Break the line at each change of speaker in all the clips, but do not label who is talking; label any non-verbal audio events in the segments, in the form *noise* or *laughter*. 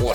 我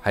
还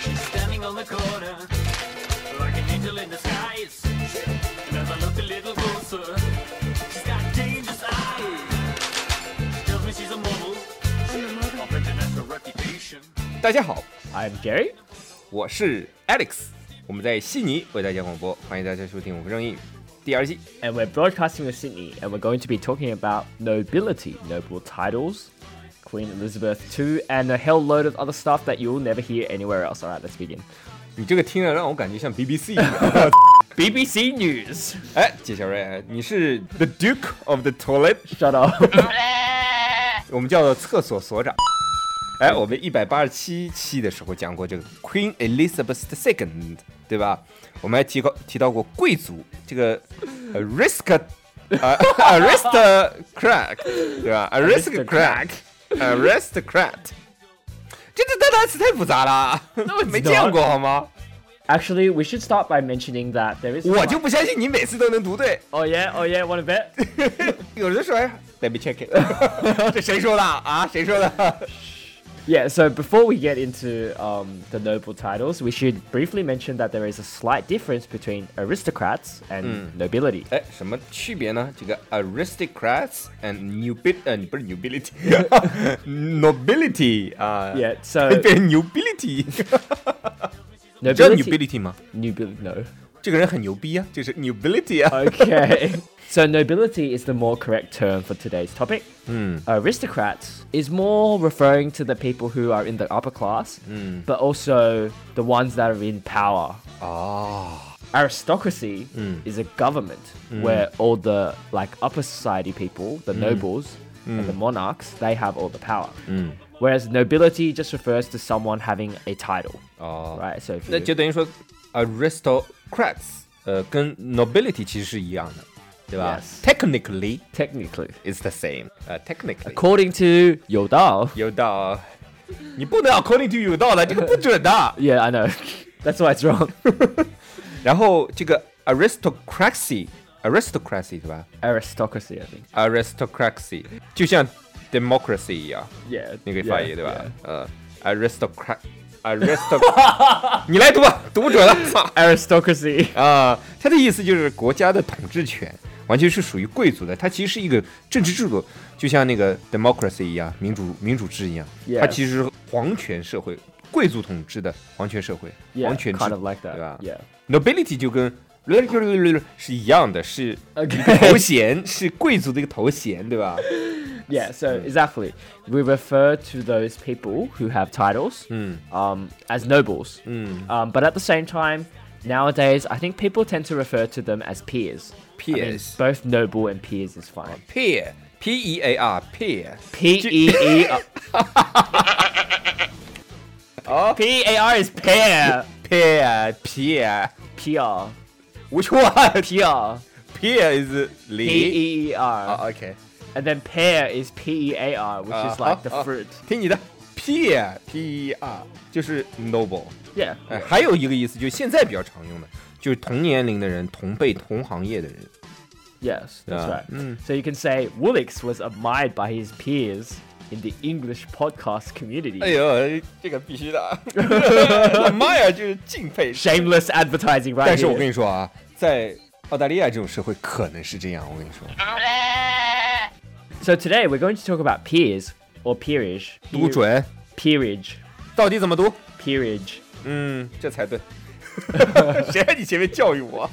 Standing on the corner, like an angel in disguise. And as I look a little closer, she's got dangerous eyes. She tells me she's a model, of international reputation.
大家好，
I'm Jerry。
我是 Alex，我们在悉尼为大家广播，欢迎大家收听《五分钟英语》第二季。
And we're broadcasting with Sydney, and we're going to be talking about nobility, noble titles, Queen Elizabeth II, and a hell load of other stuff that you'll never hear anywhere else. All right, let's begin.
你这个听了让我感觉像 BBC 一 *laughs* 样。
BBC News.
哎，解小瑞，你是 The Duke of the Toilet，
Shut up. *laughs*
我们叫做厕所所长。哎，我们一百八十七期的时候讲过这个 Queen Elizabeth II，对吧？我们还提过提到过贵族这个 a risk *laughs* 啊 aristocrat，对吧？aristocrat，aristocrat，这这这单词太复杂了，没见过好吗？
Actually, we should start by mentioning that there is.
我就不相信你每次都能读对，
Oh yeah, oh yeah, want to bet?
有人说哎，Let me check it，这 *laughs* 谁说的啊？谁说的？
Yeah, so before we get into um, the noble titles, we should briefly mention that there is a slight difference between aristocrats and nobility.
哎，什么区别呢？这个 aristocrats and nobil 呃，你不是 *laughs* nobility，nobility 啊
Yeah,
*laughs*
so
变成 nobility，你知道
nobility,
nobility 吗？
nobility, no.
这个人很牛逼啊，就是 nobility 啊。
Okay. so nobility is the more correct term for today's topic.
嗯
Aristocrats is more referring to the people who are in the upper class, but also the ones that are in power.
哦
Aristocracy is a government where all the like upper society people, the nobles and the monarchs, they have all the power. Whereas nobility just refers to someone having a title,
哦，
right? So if
那
you,
就等于说 aristocrats 呃跟 nobility 其实是一样的，对吧
Yes
？Technically
technically,
it's the same，呃，technically
according to Yodao, *laughs*
有道，你不能 according to 有道的，这个不准的。
Yeah, I know. *laughs* That's why it's wrong. *laughs*
然后这个 aristocracy aristocracy 对吧
Aristocracy, I think.
？aristocracy 就像 democracy 一样，
Yeah.
你可以翻译对吧？呃，aristocrat aristoc，你 *laughs* 来读吧，读不准了，操！
Aristocracy. *laughs*
啊，它的意思就是国家的统治权完全是属于贵族的，它其实是一个政治制度，就像那个 democracy 一样，民主民主制一样
Yes.
它其实是皇权社会，贵族统治的皇权社会，
Yeah,
皇权制
kind of like
对
that.
吧
Yeah.
nobility 就跟是一样的，是 *laughs*
Okay.
头衔，是贵族的一个头衔，对 *laughs* 吧？
yeah. So exactly, we refer to those people who have titles um, as nobles. Um, but at the same time, nowadays, I think people tend to refer to them as peers. I mean,
Peers.
both noble and peers is fine.
*laughs* peer p e a r peer
P E E. Oh. P A R is pair.
peer peer
PR.
which one *laughs*
PR.
peer is
P
梨
E E R.
啊 OK
And then pear is P E A R, which is like the fruit.
听你的 peer p e r 就是 noble，
Yeah.
哎，还有一个意思就是现在比较常用的，就是同年龄的人、同辈同行业的人，
Yes, that's
Yeah. Mm.
right. So you can say Woolix was admired by his peers in the English podcast community.
哎呦，这个必须的，我 *laughs* 妈呀，就是敬佩
Shameless advertising, right?
但是我
here.
跟你说啊，在澳大利亚这种社会可能是这样。我跟你说，
So today we're going to talk about peers or peerage.
读准
Peerage.
到底怎么读？
Peerage.
嗯，这才 *laughs* 对。谁让你前面教育我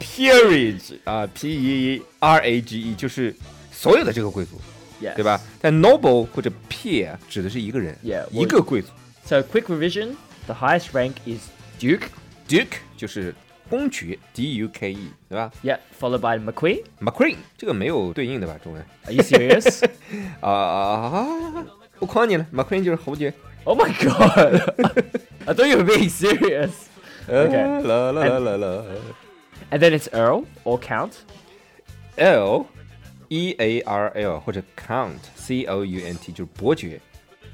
？Peerage 啊，P E E R A G E 就是所有的这个贵族，
Yes.
对吧？但 noble 或者 peer 指的是一个人
Yeah，我
一个贵族。
So quick revision: the highest rank is duke.
Duke 就是公爵，D U K E，对吧
Yeah, followed by McQueen.
？McQueen 这个没有对应的吧？中文
Are you serious?
*laughs* 啊，我诓你了，McQueen 就是侯爵。
oh my god! *laughs* I thought you were being serious.
呃啦啦啦啦啦
And then it's Earl or Count.
L E A R L 或者 Count C O U N T 就是伯爵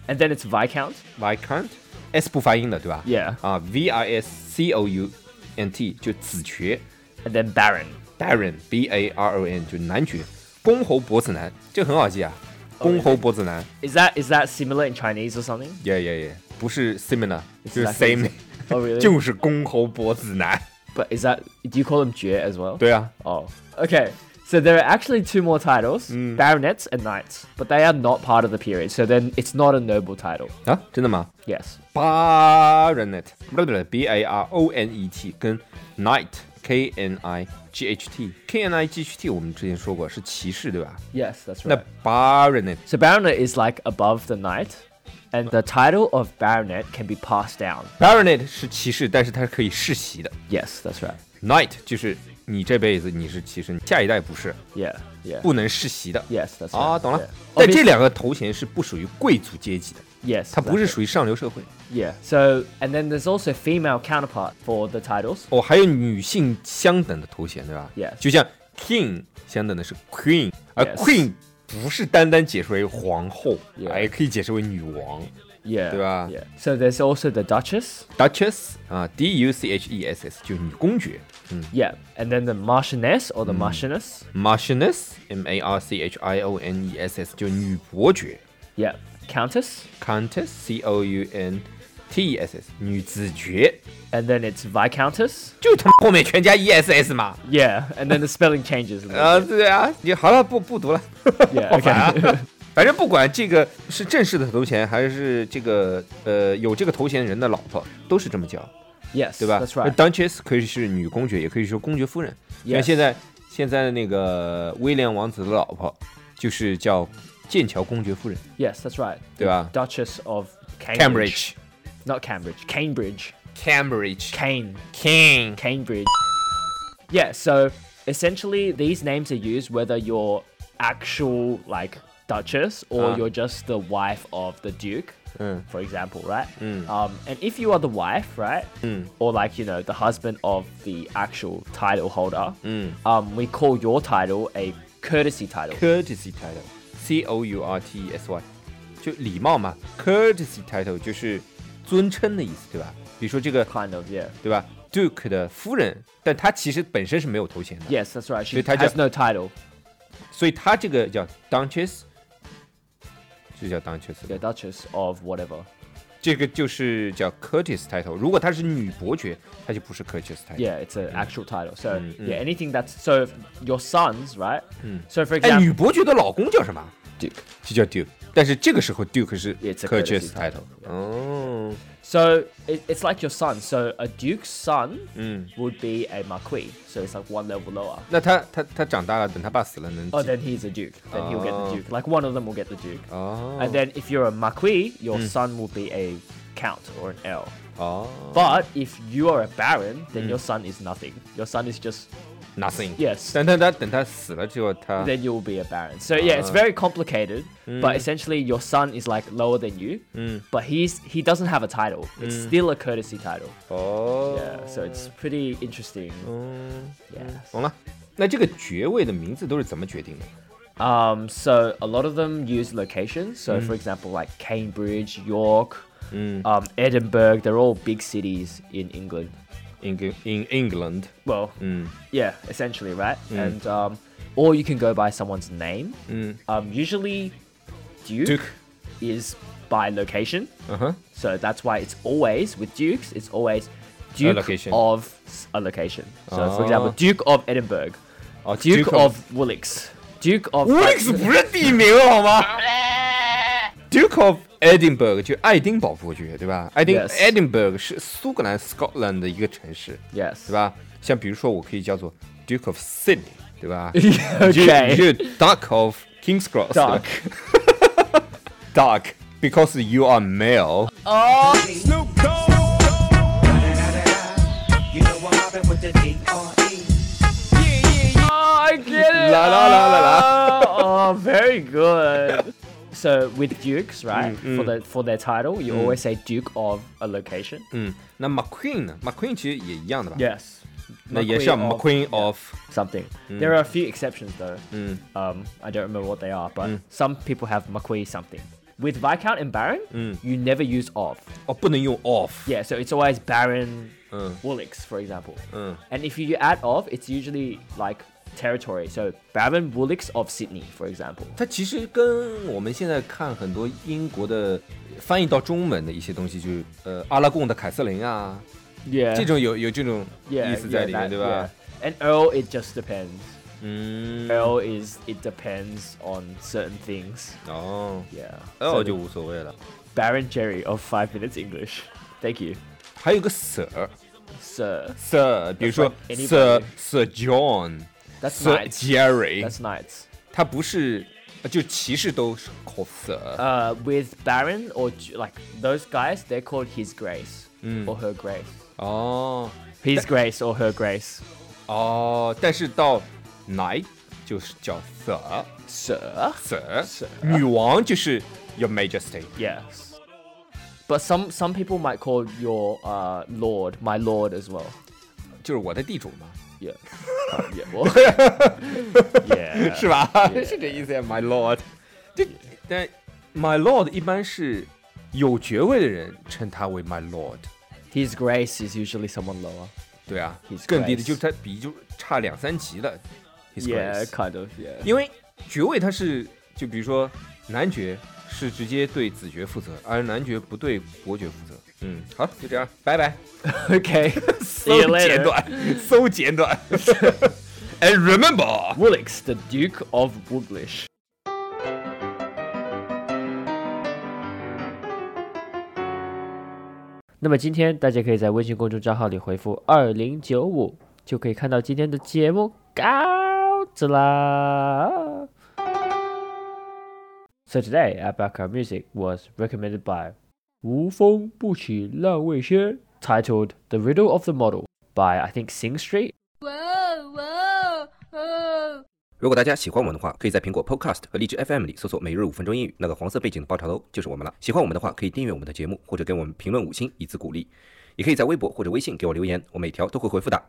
And then it's Viscount.
，Viscount S 不发音的对吧
Yeah.
啊，V I S C O U N T 就子爵
And then Baron.
，Baron B A R O N 就男爵，公侯伯子男，这个很好记啊，公侯伯子男
Is that is that similar in Chinese or something?
，yeah yeah yeah，不是 similar，就是
like-
same，
Oh really?
*laughs* 就是公侯伯子男，
But is that do you call him Jue as well?
对啊，
Oh, okay. So there are actually two more titles,
Hmm.
baronets and knights, but they are not part of the period. So then it's not a noble title.
啊，真的吗
Yes.
？Baronet 不对不对，B A R O N E T 跟 Knight K N I G H T K N I G H T 我们之前说过是骑士对吧？
Yes, that's
那
right.
Baronet
So baronet is like above the knight, and the title of baronet can be passed down.
Baronet 是骑士，但是它是可以世袭的。
Yes, that's right.
Knight 就是你这辈子你是骑士，你下一代不是，
Yeah, yeah.
不能世袭的。
Yes, that's right.
啊，Ah, 懂了
Yeah.。
但这两个头衔是不属于贵族阶级的，
Yes.
它不是
that's
属于上流社会。
it. Yeah. So and then there's also female counterpart for the titles.
哦，还有女性相等的头衔，对吧
Yes
就像 King 相等的是 Queen，而
Yes
Queen 不是单单解释为皇后，
Yeah
啊也可以解释为女王
Yeah.
对吧？
Yeah. So there's also the duchess.
Duchess 啊，D U C H E S S 就是女公爵，嗯
Yeah. And then the marchioness or the marchioness.
，Marchioness M A R C H I O N E S S 就是女伯爵
Yeah. Countess.
，Countess C O U N T E S S 女子爵，
and then it's Viscountess.
就他妈后面全加 E S S 嘛，
Yeah, and then the spelling changes. a little
啊，
bit.
对啊，你好了，不不读了。
yeah, okay. *laughs*
啊反正不管这个是正式的头衔，还是这个呃有这个头衔人的老婆，都是这么叫，
yes,
对吧
that's right.
？Duchess 可以是女公爵，也可以说公爵夫人。像
Yes
现在现在的那个威廉王子的老婆，就是叫剑桥公爵夫人
Yes, that's right. The
对吧？
Duchess of Cambridge.
，Cambridge。
Not Cambridge, Cambridge.
Cambridge
Cane.
King
Cambridge. Yeah, so essentially these names are used whether you're actual like Duchess or
Ah.
you're just the wife of the Duke. For example, right? Um, and if you are the wife, right, or like you know the husband of the actual title holder, um, we call your title a courtesy title.
courtesy title C O U R T E S Y，就礼貌嘛。courtesy title 就是尊称的意思，对吧？比如说这个
Kind of, yeah.
对吧？Duke 的夫人，但她其实本身是没有头衔的
Yes, that's right. She
Dude, 他叫-
has no title.
所以她这个叫 Duchess，这叫 Duchess，
The Duchess of whatever.
这个就是叫 Curtis title。如果她是女伯爵，她就不是 Curtis title。
Yeah, it's an actual title. So yeah, anything that's so your sons, right? So for
哎，女
example,
伯爵的老公叫什么？
Duke.
就叫 Duke，但是这个时候 Duke 是
It's a
Curtis
courtesy
title
title。
哦，
So it, it's like your son. So a duke's son would be a marquis. So it's like one level lower.
那他他他长大了，等他爸死了能
Oh,
记
then he's a duke. Then he'll get
Oh.
the duke. Like one of them will get the duke.
哦
And then if you're a marquis, your son will be a count or an earl.
哦
But if you are a baron, then your son is nothing. Your son is just
，nothing。
yes.
但但他等他死了之后，他
then you'll be a baron. So yeah, it's very complicated. But essentially, your son is like lower than you, but he's he doesn't have a title. It's still a courtesy title.
哦
Yeah, so it's pretty interesting. Yes.
懂了。那这个爵位的名字都是怎么决定的？
Um, so a lot of them use locations. So for example, like Cambridge, York, um, Edinburgh. They're all big cities in England.
In in England，
Well, yeah, essentially, right? And um, or you can go by someone's name. Um, usually, Duke,
Duke.
is by location,
嗯哼，
so that's why it's always with Dukes. It's always Duke
location.
of s- a location. So, for
Ah. Oh,
example, Duke of Edinburgh,
哦
Duke, of Woolwich, Duke of
乌克斯不是地名好吗？Duke of Edinburgh 就爱丁堡伯爵，对吧？爱丁
Yes
Edinburgh 是苏格兰 Scotland 的一个城市，
*laughs* Yes.
对吧？像比如说，我可以叫做 Duke of Sydney，对
*laughs*
吧
Yeah,
你
*laughs*
就
okay.
你就 Duke of Kings Cross，对吧
Duck.
Duke
because you are male.
*laughs* *laughs* Oh, I get it.
La, la, la, la, la.
Oh, oh, very good. So with dukes, right? for the for their title, you always say duke of a location.
嗯，那 McQueen 呢？McQueen 其实也一样的吧
Yes.
那也是
of
McQueen of
something. There are a few exceptions though. Um, I don't remember what they are, but some people have McQueen something. With viscount and baron, you never use of.
哦，不能用 of。
Yeah, so it's always Baron Woolix, for example. And if you add of, it's usually like territory. So Baron Woolix of Sydney, for example.
它其实跟我们现在看很多英国的翻译到中文的一些东西，就是呃阿拉贡的凯瑟琳啊，
Yeah.
这种有有这种
yeah,
意思在
yeah,
里面，
that-
对吧？
yeah. And Earl, it just depends.
嗯，
Earl is it depends on certain things.
哦，
Yeah.
哦
So
就无所谓了。
Baron Jerry of Five Minutes English. Thank you,
还有个 Sir
sir.
Sir，比如说
like anybody
Sir Sir John、
That's
Sir
knights.
Jerry，
That's knights.
他不是就骑士都是 call Sir，
Uh, with Baron or ju- like those guys, they're called His Grace or Her Grace.
哦
His Grace or Her Grace,
哦，但是到 Knight 就是叫 Sir。
sir.
Sir，女王就是 Your Majesty。
Yes. But some some people might call your uh, lord my lord as well.
就是我的地主嘛，
Yeah. Uh, yeah. Well, *laughs* yeah.
是吧？
*laughs*
是这意思呀，My Lord。这但 My Lord 一般是有爵位的人称他为 My Lord，
His grace is usually someone lower.
对啊
His，
更低的
Grace
就是他比就差两三级的 His
Yeah,
Grace，
kind of. Yeah.
因为爵位它是就比如说男爵是直接对子爵负责，而男爵不对伯爵负责。嗯，好，就这样，拜拜。
*laughs* *laughs* Okay.
搜
See you
简
later.
短，搜简短。
*laughs*
And remember。
Woolix, the Duke of Wooglish.那么今天大家可以在微信公众账号里回复二零九五，就可以看到今天的节目稿子啦。So today at Background Music was recommended by 无风不起浪未歇，titled The Riddle of the Model by I think Sing Street
哇哦哇哦哦！
如果大家喜欢我们的话，可以在苹果 Podcast 和荔枝 FM 里搜索“每日五分钟英语”，那个黄色背景的爆炒头就是我们了。喜欢我们的话，可以订阅我们的节目，或者给我们评论五星以资鼓励。也可以在微博或者微信给我留言，我每条都会回复的。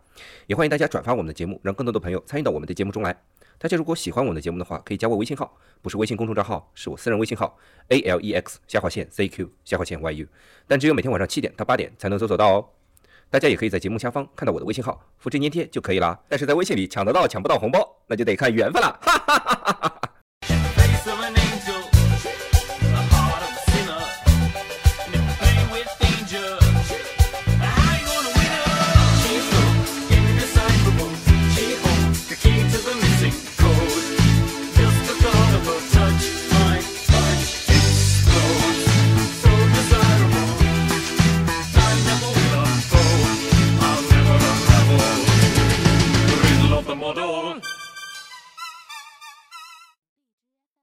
也欢迎大家转发我们的节目，让更多的朋友参与到我们的节目中来。大家如果喜欢我们的节目的话，可以加我微信号，不是微信公众账号，是我私人微信号 a l e x 下划线 z q 下划线 y u，但只有每天晚上七点到八点才能搜索到哦。大家也可以在节目下方看到我的微信号，复制粘贴就可以了。但是在微信里抢得到抢不到红包，那就得看缘分了。哈哈哈哈哈。